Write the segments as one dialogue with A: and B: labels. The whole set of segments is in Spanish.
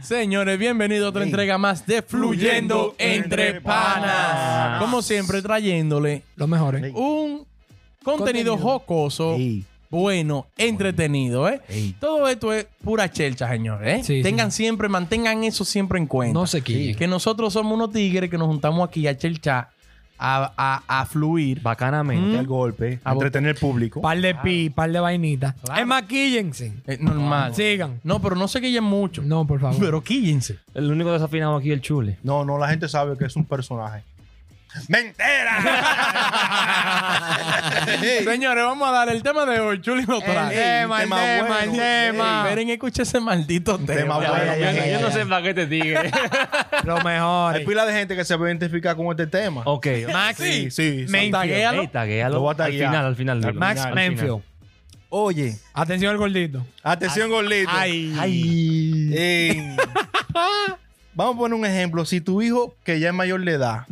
A: Señores, bienvenidos a otra entrega más de Fluyendo Entre Panas. Como siempre, trayéndole
B: Los mejores.
C: Ey.
A: un contenido
B: Contenido.
A: jocoso,
C: Ey.
A: bueno, entretenido, ¿eh?
C: Ey.
A: Todo esto es pura chelcha, señores, ¿eh?
B: Sí,
A: Tengan siempre, mantengan eso siempre en cuenta.
B: No se quille.
A: Que nosotros somos unos tigres que nos juntamos aquí a chelchar, a, a, a fluir.
C: Bacanamente, al golpe,
A: A
C: entretener al público.
B: Par de pi, par de vainitas. Es más, quíllense.
A: Eh, normal.
B: Sigan.
A: No, pero no se quillen mucho.
B: No, por favor.
A: Pero quíllense.
D: El único desafinado aquí es el chule.
C: No, no, la gente sabe que es un personaje. ¡Mentira! Ey.
A: Señores, vamos a dar el tema de hoy. Chuli
B: Eh,
A: lo trae.
C: tema, el tema, el tema.
A: Esperen, escuchen ese maldito tema.
C: tema
A: Ya,
C: bueno,
A: ya, ya,
C: ya,
A: ya,
C: ya,
A: ya.
D: yo no sé para qué te tigre.
B: Los
C: Hay
B: mejores.
C: pila de gente que se va a identificar con este tema.
D: ok.
C: Sí,
B: Maxi.
C: sí.
B: Me-
C: sí.
A: Taguéalo.
D: Ey, taguéalo.
C: Lo voy a
D: al
C: taguear.
D: final, al final. dilo.
B: Max
D: Al final.
B: Menfield.
C: Oye,
B: Atención al gordito.
C: atención, Golito. Ey. Vamos a poner un ejemplo. Si tu hijo, que ya es mayor de edad,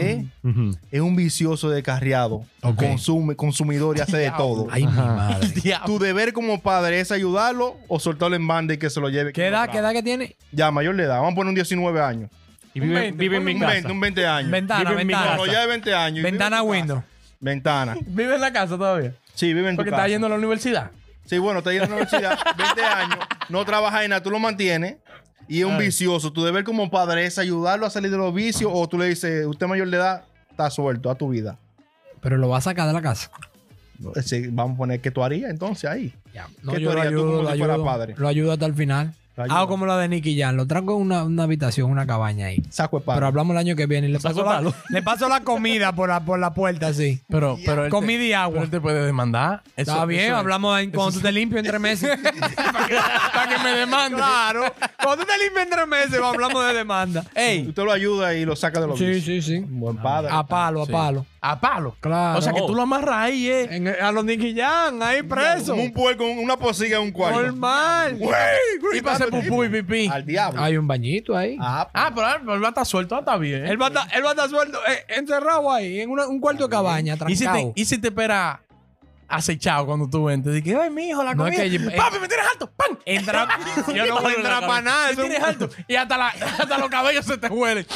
C: ¿eh?
D: Ujú.
C: es un vicioso descarriado,
B: Ok.
C: consume, consumidor y hace de todo.
B: Ay, mi madre.
A: Diablo.
C: Tu deber como padre es ayudarlo o soltarlo en banda y que se lo lleve.
B: ¿Qué edad, qué edad que tiene?
C: Ya, mayor le edad. Vamos a poner un 19 años.
D: Y
A: Un
D: vive,
A: 20,
D: vive en mi
C: un
D: casa.
C: 20, un 20 años.
B: Ventana,
D: Vive en mi
B: ventana.
C: Cuando ya de 20 años. y vive
B: Ventana
C: en tu
B: window.
C: casa. Ventana.
A: Vive en la casa todavía.
C: Sí, vive en tu
A: Porque
C: casa.
A: está yendo a la universidad.
C: Sí, bueno, está yendo a la universidad. 20 años. No trabaja en nada. Tú lo mantienes. Y es un vicioso. Tu deber como padre es ayudarlo a salir de los vicios. O tú le dices, usted mayor de edad, está suelto a tu vida.
B: Pero lo va a sacar de la casa.
C: Sí, vamos a poner qué tú harías entonces ahí.
B: Ya. No,
C: ¿Qué
B: yo
C: tú
B: lo
C: harías tú
B: ayudo,
C: como
B: lo
C: si fuera
B: ayudo.
C: padre?
B: Lo ayudo hasta el final.
C: Lo ayudo.
B: Hago como la de Nicky Jan. Lo traigo en una, una habitación, una cabaña ahí.
C: Saco de
B: Pero
C: padre.
B: hablamos el año que viene y le paso, la,
D: palo.
B: le paso la comida por la, por la puerta, así.
A: Pero, pero él te-
B: Comida y agua.
A: pero él te puede demandar. Eso-
B: Ah, Está bien,
A: eso es.
B: hablamos en- cuando tú te limpio entre meses. para, que, me demande. Claro. Cuando tú te limpio entre
A: pues,
B: meses, hablamos de demanda.
A: Ey,
C: Usted lo ayuda y lo saca de los
B: Sí, Ah,
C: vicios.
B: sí, sí.
C: Un buen padre.
B: A palo, a palo.
A: a palo.
B: Claro.
A: O sea que tú lo amarras ahí, eh.
B: En- a los Nicky Jam, ahí preso.
C: Como un puerco, una posiga en un cuarto.
B: Normal.
A: Y pase pupú y pipí.
C: Al diablo.
B: Hay un bañito ahí.
C: Ah,
A: Ah, pero él- él va a estar suelto, ah, está bien.
B: Él va a estar- él va a estar suelto, eh, encerrado ahí, en una- un cuarto de cabaña,
A: ¿Y si, te,
B: trancado.
A: y si te espera acechado cuando tú entres? Dije, ay, mi hijo, la
B: No,
A: comida.
B: es que-
A: Papi, me tienes alto. ¡Pam!
B: Entra- yo no voy a entrar pa' nada,
A: Me
B: eso es un-
A: tienes alto. Y hasta, la- hasta los cabellos se te huelen.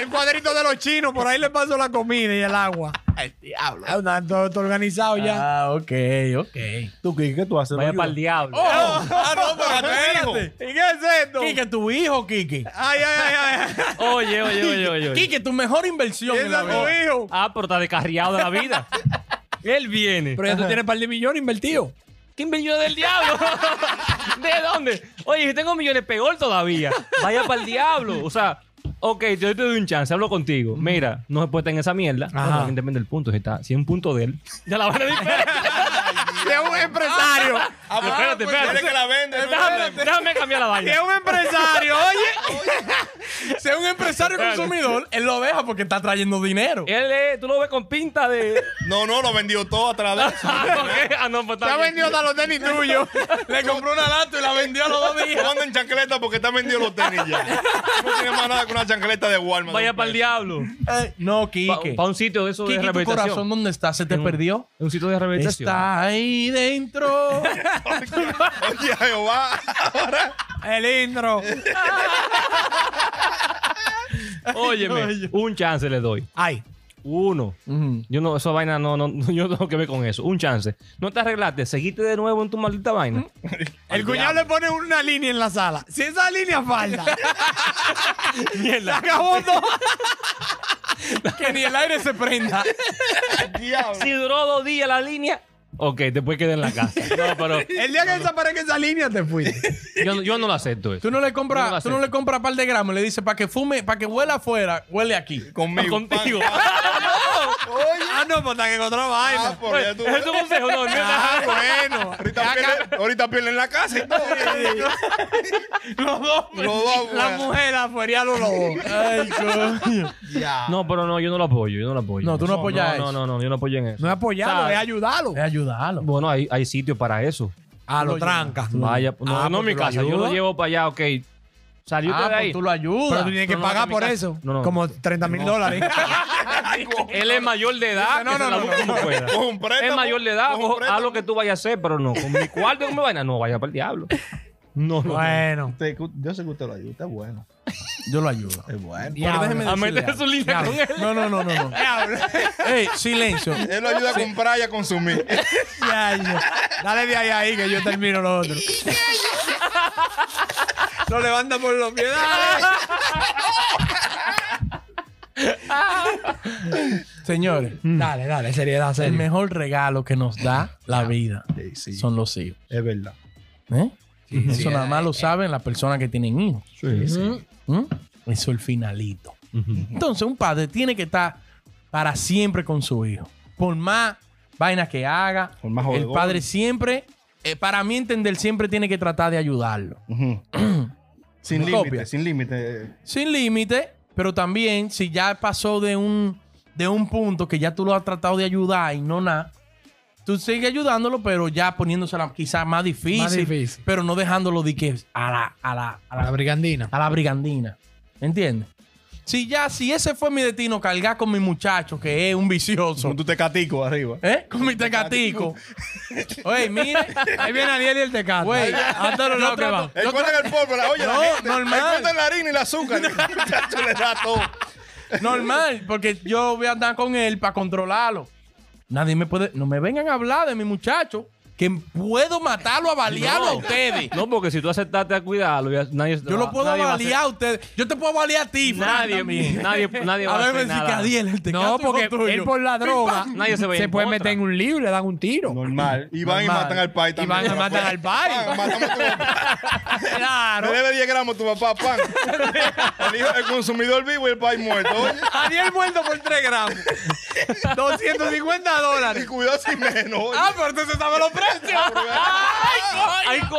B: El cuadrito de los chinos, por ahí le paso la comida y el agua.
A: El diablo.
B: Ah, una- Todo, todo organizado ya.
A: Ah, ok, ok.
C: ¿Tú qué, qué tú haces?
D: Vaya
C: ¿Lo
D: para
C: ayudas?
D: el diablo.
A: ah, no,
C: Ah,
B: ¿Y qué es esto?
A: Quique, tu hijo, Quique.
B: Ay, ay, ay, ay.
D: Oye, oye, oye, oye. oye.
A: Quique, tu mejor inversión en la
B: Piensa tu
A: vida.
B: hijo.
D: Ah, pero está descarriado de la vida. Él viene.
B: Pero ya tú tienes un par de millones invertidos.
D: ¿Qué millones del diablo? ¿De dónde? Oye, si tengo millones, peor todavía. Vaya para el diablo. O sea, ok, yo te doy un chance, hablo contigo. Mira, no se puede estar en esa mierda.
B: Ajá.
D: Bueno, también depende del punto. Si, está, si es un punto de él, ya la van a diferente.
B: Si es un empresario.
D: Ah, pero espérate, espérate.
C: que la vende. no
D: Déjame, déjame cambiar la
B: Si
D: vaina.
B: es un empresario, oye.
A: Si es un empresario consumidor, él lo deja porque está trayendo dinero.
D: Él es, tú lo ves con pinta de.
C: No, no, lo vendió todo atrás de eso.
D: Ah, ok. Ah, no, pues está
B: Se ha
D: bien.
B: vendido hasta los tenis tuyos.
A: Le compró una lata y la vendió a los dos días.
C: No anda en chancleta porque está vendido los tenis ya. No tiene más nada que una chancleta de Walmart.
D: Vaya para el diablo.
A: Eh, no, Quique.
D: Para un sitio de eso de
A: Quique, ¿tu
D: rehabilitación.
A: corazón dónde está? ¿Se te
D: En un-
A: perdió?
D: en un sitio de rehabilitación.
A: Está ahí dentro.
C: Oye, Jehová.
B: El intro.
D: Óyeme, un chance le doy.
B: Ay.
D: Uno.
A: Ujú.
D: Yo no, esa vaina no, no, no- yo no tengo que ver con eso. Un chance. No te arreglaste, seguiste de nuevo en tu maldita vaina.
B: El cuñado le pone una línea en la sala. Si esa línea falta, se
D: Mierda.
B: acabó todo.
A: que ni el aire se prenda.
C: Diablo.
D: Si duró dos días la línea. Ok, te puedes quedar en la casa. No, pero
B: El día que desaparezca esa línea, te fuiste.
D: yo, yo no lo acepto eso.
A: Tú no le
D: Yo no
A: compras,
D: lo
A: tú no
D: acepto.
A: le compras par de gramos y le dices para que fume, para que huela afuera, huele aquí.
C: Conmigo.
D: Contigo.
C: pan. Oye.
B: Ah, no, pues está que encontró
C: Ah,
B: vaina.
C: por ya tú.
D: ¿Ese es tu consejo? No, no,
B: Ah, bueno.
C: Ahorita pierden, ahorita pierden la casa y todo.
A: Los dos.
C: Los dos,
B: La
C: bueno.
B: mujer afuera los lobos.
A: Ay, coño.
C: Ya.
D: no, pero no, yo no lo apoyo. Yo no lo apoyo.
A: No, tú no apoyas
D: no,
A: eso.
D: No, no, no, yo no apoyo en eso.
B: No es apoyarlo,
D: ¿Sabes?
B: es ayudarlo.
E: Eh,
A: Es ayudarlo.
D: Bueno, hay, hay sitio para eso.
B: Ah, lo trancas.
D: Vaya, no,
B: Ah,
D: no en mi
B: pues tú lo
D: casa. Yo
B: ayudas.
D: lo llevo para allá, ok. Salió
A: Ah,
D: de
A: pues
D: ahí.
A: tú lo ayudas.
B: Pero tú tienes que
D: No, no,
B: pagar
D: de mi
B: por
D: casa.
B: eso.
D: No, no.
B: Como 30 mil dólares.
D: Él es mayor de edad.
B: No,
D: que
B: no,
D: se la
B: no,
D: busque
B: no.
D: como pueda.
C: Coge un préstamo,
D: Es mayor de edad.
C: coge un
D: cojo-
C: préstamo.
D: haz lo que tú vayas a hacer, pero no. Con mi cuarto, con mi vaina. No, vaya para el diablo. No lo
E: Bueno.
C: Te- yo sé que usted lo ayuda, está bueno.
A: Yo lo ayudo.
C: Es bueno.
A: Pero
E: Diablo.
A: déjeme
D: A
A: decirle
D: meter
A: algo.
D: Ah, su línea con él.
A: No, no, no, no. no. Ey, silencio.
C: Él lo ayuda a comprar y a consumir.
E: Diablo. Dale de ahí ahí que yo termino lo otro.
B: Lo levanta por los pies. Dale.
A: Señores,
E: Dale, dale, seriedad,
A: el
E: serio.
A: mejor regalo que nos da la vida
C: Sí, sí.
A: son los hijos.
C: Es verdad.
A: ¿Eh?
E: sí,
A: Eso nada
E: eh,
A: más lo saben las personas que tienen hijos.
C: Sí, sí.
A: ¿Mm? Eso es el finalito. Entonces, un padre tiene que estar para siempre con su hijo. Por más vainas que haga,
C: Por más
A: el
C: jodegón.
A: padre siempre, eh, para mí entender, siempre tiene que tratar de ayudarlo.
C: Ujú. sin
A: ¿Me copia?
C: límite, sin límite.
A: Sin límite, pero también si ya pasó de un, de un punto que ya tú lo has tratado de ayudar y no nada, tú sigues ayudándolo, pero ya poniéndosela quizás más difícil,
E: Más difícil.
A: pero no dejándolo de que a la, a la, a
E: A la
A: la,
E: brigandina.
A: a la brigandina. ¿Entiendes? Si ya, si ese fue mi destino, cargar con mi muchacho, que es un vicioso.
C: Con tu tecatico arriba.
A: ¿Eh? Con mi tecatico. Oye, mire.
E: Ahí viene Ariel y el tecato.
A: Güey, hasta los
E: Yo
A: locos
E: trato-
A: van.
C: Él cuenta el polvo, la olla.
A: No,
C: la gente.
A: normal.
C: Él cuenta la harina y el azúcar. El muchacho le da todo.
A: Normal, porque yo voy a andar con él para controlarlo. Nadie me puede. No me vengan a hablar de mi muchacho, que puedo matarlo a balearlo a ustedes.
D: No, porque si tú aceptaste a cuidarlo, ya nadie
A: Yo lo puedo
D: nadie va a
A: balear a, ustedes. Yo te puedo balear a ti,
D: hacer-
A: Fran,
D: Nadie,
A: también.
D: nadie, nadie
A: A
D: va a
A: ver,
D: hacer
A: ven si que
D: nada.
A: Adiel, el tecato
E: No,
A: es
E: porque
A: tuyo.
E: él por la
A: Pim,
E: droga
A: pam.
D: Nadie se va a ir
E: se
D: en
E: puede
D: contra.
E: meter en un libro y le dan un tiro.
C: Normal. Y van y
A: Normal.
C: matan al pai
A: Y
C: también.
A: van y matan al pai.
C: Pan, matamos a tu papá.
E: Claro.
C: Le debe 10 gramos tu papá, pan. El, hijo- el consumidor vivo y el pai muerto. Oye,
B: Ariel muerto por 3 gramos. 250
C: y
B: dólares.
C: cuidado sin menos. oye.
B: Ah, pero entonces sabe los precios.
D: ¡Ay, coño!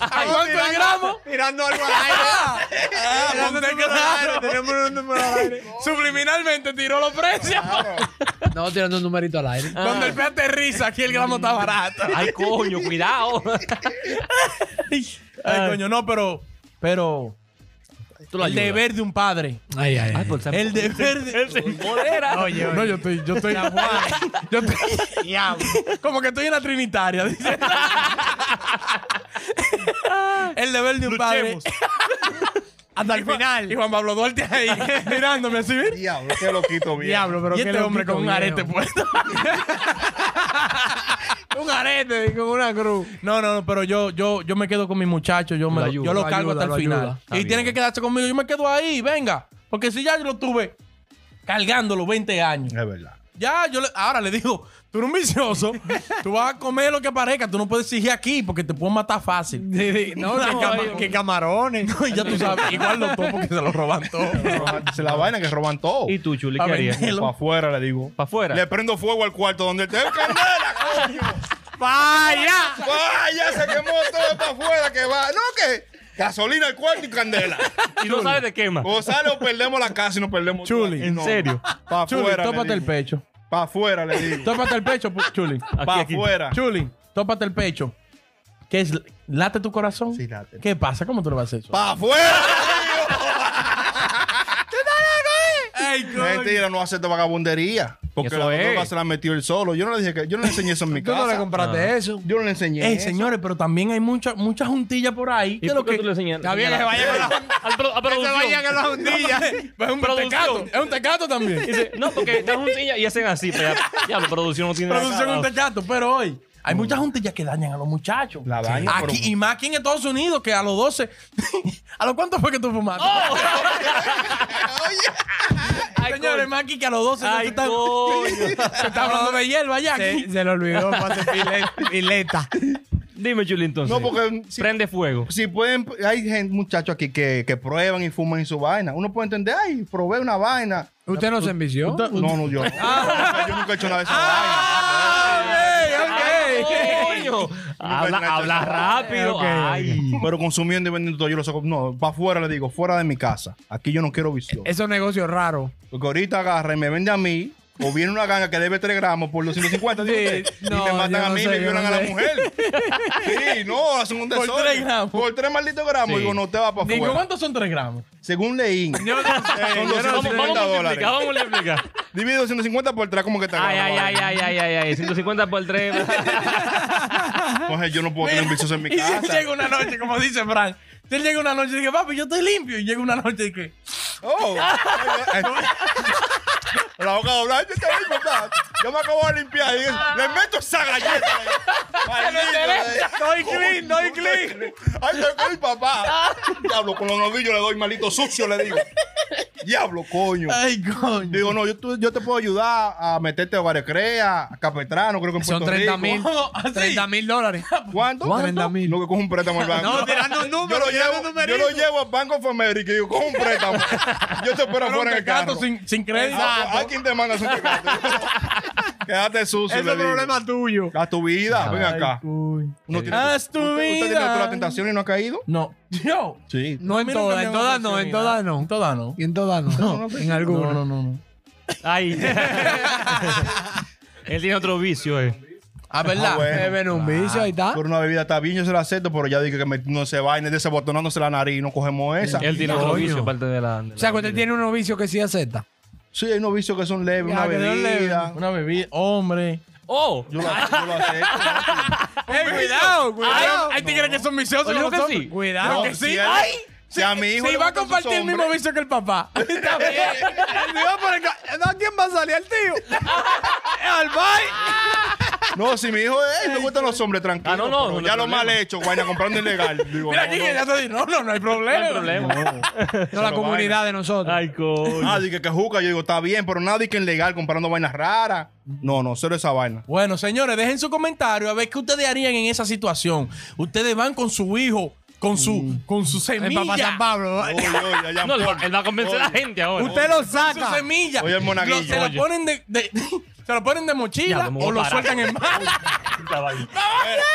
B: ¿A cuánto el gramo? Tirando algo al aire.
A: Ah,
B: Tirando el número al aire. Tenemos un número al aire.
A: Subliminalmente tiró los precios.
E: No, tirando un numerito al aire.
A: Cuando el pez aterriza, aquí el gramo está barato.
D: ¡Ay, coño! ¡Cuidado!
A: Ay, coño, no, pero. Pero.
D: Tú lo
A: el
D: ayudas.
A: deber de un padre.
E: Ay, ay, ay.
A: El deber de.
D: Él se empodera.
E: Oye, oye.
A: No, yo estoy, yo estoy. yo estoy- como que estoy en la Trinitaria. dice. el deber de un padre. Hasta el final. Y Juan Pablo Duarte ahí mirándome así, ¿ver?
C: Diablo, qué loquito bien.
E: Diablo, pero
A: Y
E: qué
A: este hombre con un
E: loquito
A: arete
E: viejo.
A: puesto.
E: Un arete con una cruz.
A: No, no, no, pero yo, yo, yo me quedo con mi muchacho, yo, me,
D: Lo
A: lo,
D: ayuda,
A: yo lo,
E: lo
A: cargo
E: ayuda,
A: hasta
E: lo
A: el final.
E: ayuda.
A: Y tienen que quedarse conmigo, yo me quedo ahí, venga. Porque si ya yo lo tuve cargándolo 20 años.
C: Es verdad.
A: Ya, yo le- ahora le digo, tú eres un vicioso, tú vas a comer lo que parezca, tú no puedes exigir aquí porque te puedo matar fácil.
E: No,
A: No,
E: que cama-
A: oye.
E: que camarones.
A: Y ya tú sabes, igual lo tomo porque se lo roban todo.
C: Se la vaina que roban todo.
D: ¿Y tú, Chuli,
A: A
D: qué harías?
A: venderlo.
C: Para afuera le digo.
D: ¿Para afuera?
C: Le prendo fuego al cuarto donde esté el candela, coño.
E: ¡Vaya!
C: Vaya, se quemó todo para afuera que va. No, que gasolina al cuarto y candela.
D: Y no sabes de quema.
C: O sale o perdemos la casa y nos perdemos
A: Chuli.
D: ¿En serio?
C: Para
A: Chuli,
C: afuera.
A: tópate el pecho.
C: Para afuera le digo.
A: Tópate el pecho, pu- Chuli.
C: Para
D: aquí.
C: afuera.
A: Chuli, tópate el pecho. ¿Qué es? ¿Late tu corazón?
C: Sí, late.
A: ¿Qué pasa? ¿Cómo tú lo vas a hacer eso?
C: Para afuera.
A: ¡Ey,
C: Mentira, no acepta vagabundería. Porque
D: Eso
C: la
D: es.
C: droga se la metió él solo. Yo no le dije que. Yo no le enseñé eso en mi
E: Tú no le
C: casa.
E: compraste eso.
C: Yo no le enseñé.
A: Ey,
C: eso.
A: señores, pero también hay muchas muchas juntillas por ahí.
D: ¿Y
A: que
D: por
A: lo
D: qué
A: que
D: tú le enseñas?
E: Está bien, que se vaya con la-
D: Al pro- a producción.
A: las juntillas. es un
D: Producción.
A: tecato. Es un tecato también.
D: Dice, no, porque están juntillas y hacen así. Pero ya, ya, la producción no tiene nada.
A: producción un tecato, pero hoy hay muchas juntillas que dañan a los muchachos.
C: Mm. La dañan, pero-
A: Aquí, y más aquí en Estados Unidos, que a los 12. ¿A los cuántos fue que tú fumaste?
D: Oh, Ay,
A: Señores,
D: coño.
A: más aquí que a los 12 no se
D: Ay,
A: está,
D: coño.
A: se está hablando de hierba ya. aquí.
E: Se, se le olvidó pase pile- pileta.
D: Dime, Chuli, entonces.
C: No, porque. si-
D: Prende fuego.
C: Si pueden, hay gente, muchachos aquí que, que prueban y fuman en su vaina. Uno puede entender, ay, probé una vaina.
E: ¿Usted no se envició?
C: No, no, yo. no.
E: Ah.
C: yo nunca he hecho nada de esa
D: Ay, coño.
C: Nunca he hecho
D: Habla, habla
C: eso.
D: rápido.
E: Ok.
D: Ay.
C: vaina. Pero consumiendo y vendiendo todo, yo lo saco. No, para afuera le digo, fuera de mi casa. Aquí yo no quiero visión.
E: Esos negocios raros.
C: Porque ahorita agarra y me vende a mí. O viene una ganga que debe 3 gramos por los 150
E: Sí,
C: dice usted,
E: no,
C: y me matan
E: yo
C: a
E: no
C: mí
E: sé,
C: y me
E: yo
C: violan
E: no
C: a la
E: sé.
C: mujer. Sí, no, hacen un
A: Por
C: desorden.
A: tres gramos.
C: Por 3 malditos gramos. Digo, no te va para
A: Digo,
C: afuera.
A: ¿cuántos son 3 gramos?
C: Según leí, son
D: Vamos,
C: 250
D: vamos a multiplicar,
C: dólares.
D: vamos a multiplicar.
C: Divide 250 por 3, como que te
D: Ay,
C: agarra
D: ay,
C: la
D: ay,
C: vaina.
D: ay, ay, ay, ay. 150 por 3.
C: Entonces yo no puedo tener un vicioso en mi
A: Y si él
C: casa.
A: llega una noche, como dice Frank, si él llega una noche y dice, papi, yo estoy limpio. Y llega una noche y que,
C: Oh. La boca doblada, yo te voy a contar. Yo me acabo de limpiar. y le meto esa galleta. Maldito. eh.
A: doy clean, doy clean.
C: Ay, te coño, papá. Diablo, con los novillos le doy malito sucio, le digo. Diablo, coño.
A: Ay, coño.
C: Digo, no, yo, tú- yo te puedo ayudar a meterte a Varecrea, a Capetrano, creo que en
E: Son
C: Puerto
E: 30
C: Rico.
E: mil.
A: ¿Cómo? ¿Así?
E: 30 mil dólares.
C: ¿Cuánto?
E: 30 mil.
C: Lo que coge un préstamo al banco.
E: No, tirando un
C: yo
E: número.
C: lo llevo, yo lo llevo al Banco of America y digo, coge un préstamo. Yo te espero
A: Pero un
C: afuera en el
A: tecato
C: carro.
A: sin, sin crédito.
C: Ah, Hay quien te manda a hacer un tecato. Quédate sucio.
E: Ese
C: le
E: es
C: digo.
E: problema tuyo.
C: A tu vida, ven acá. Uno tiene-
A: Haz tu
C: usted, usted tiene
A: vida.
C: toda la tentación y no ha caído?
A: No. Yo.
C: Sí.
E: No en
A: Mira,
E: todas, en todas
A: cambiamos de
E: no, en
A: oportunidad.
E: todas no.
A: En todas no.
E: Y en todas no. En alguna.
A: No, no, no. no.
D: Ay. Él tiene otro vicio, eh.
A: Ah, ¿verdad?
C: Ah, bueno.
E: Eh, ven un vicio, ahí está.
C: Ah. Por una bebida está bien, yo se la acepto, pero ya dije que metiéndose vaina, desabotonándose la nariz, no cogemos esa.
D: Él tiene otro
E: Coño.
D: vicio aparte de la. de la-
E: O sea, que usted tiene unos vicios que sí acepta.
C: Sí, hay unos vicios que son leves,
E: Ya,
C: una
E: que son leves.
C: bebida.
A: Una bebida. Hombre.
D: ¡Oh!
C: Yo lo, yo lo acepto.
E: Eh, cuidado, cuidado.
A: Hay tigres que son viciosos.
D: Oye,
A: con
D: que
A: los
D: sí.
E: Cuidado.
C: No,
A: que sí.
C: si él-
A: Ay,
C: si a mi hijo
A: Si
C: le
A: va a
C: gustan sus
A: compartir el
C: hombres,
A: mismo vicio que el papá. Está bien.
E: ¿A quién va a salir el tío? ¡Al bye!
C: No, si mi hijo, eh, me gustan los hombres, tranquilos.
D: Ah, no, no,
C: pero
D: no
C: ya
D: hay
C: lo
D: problema.
C: mal hecho, vaina, comprando ilegal. Digo,
A: Mira
C: no,
A: aquí
C: no.
A: que ya te digo, no, no, no hay problema.
D: No hay problema.
E: No, la
C: Pero
E: comunidad de nosotros.
D: Ay, coño.
C: Ah, dije que juca, yo digo, está bien, pero nadie que ilegal comprando vainas raras. No, no, cero esa vaina.
A: Bueno, señores, dejen su comentario a ver qué ustedes harían en esa situación. Ustedes van con su hijo, con su, con su
E: el
A: semilla.
E: papá San Pablo.
C: Oye, oye, allá en
D: No, él va-
C: Puerto-
D: él va a convencer a la gente ahora.
E: Usted lo
A: Su
E: saca.
A: semilla.
C: Oye, el monaguillo.
A: Lo- se lo
D: Oye.
A: ponen de, de- se lo ponen de mochila
D: Ya, me voy
A: o lo
D: a parar.
A: sueltan en mano.
D: Esta vaina.
C: Espera,